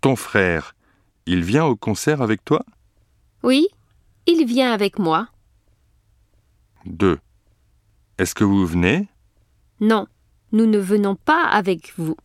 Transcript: Ton frère, il vient au concert avec toi Oui, il vient avec moi. 2. Est-ce que vous venez Non, nous ne venons pas avec vous.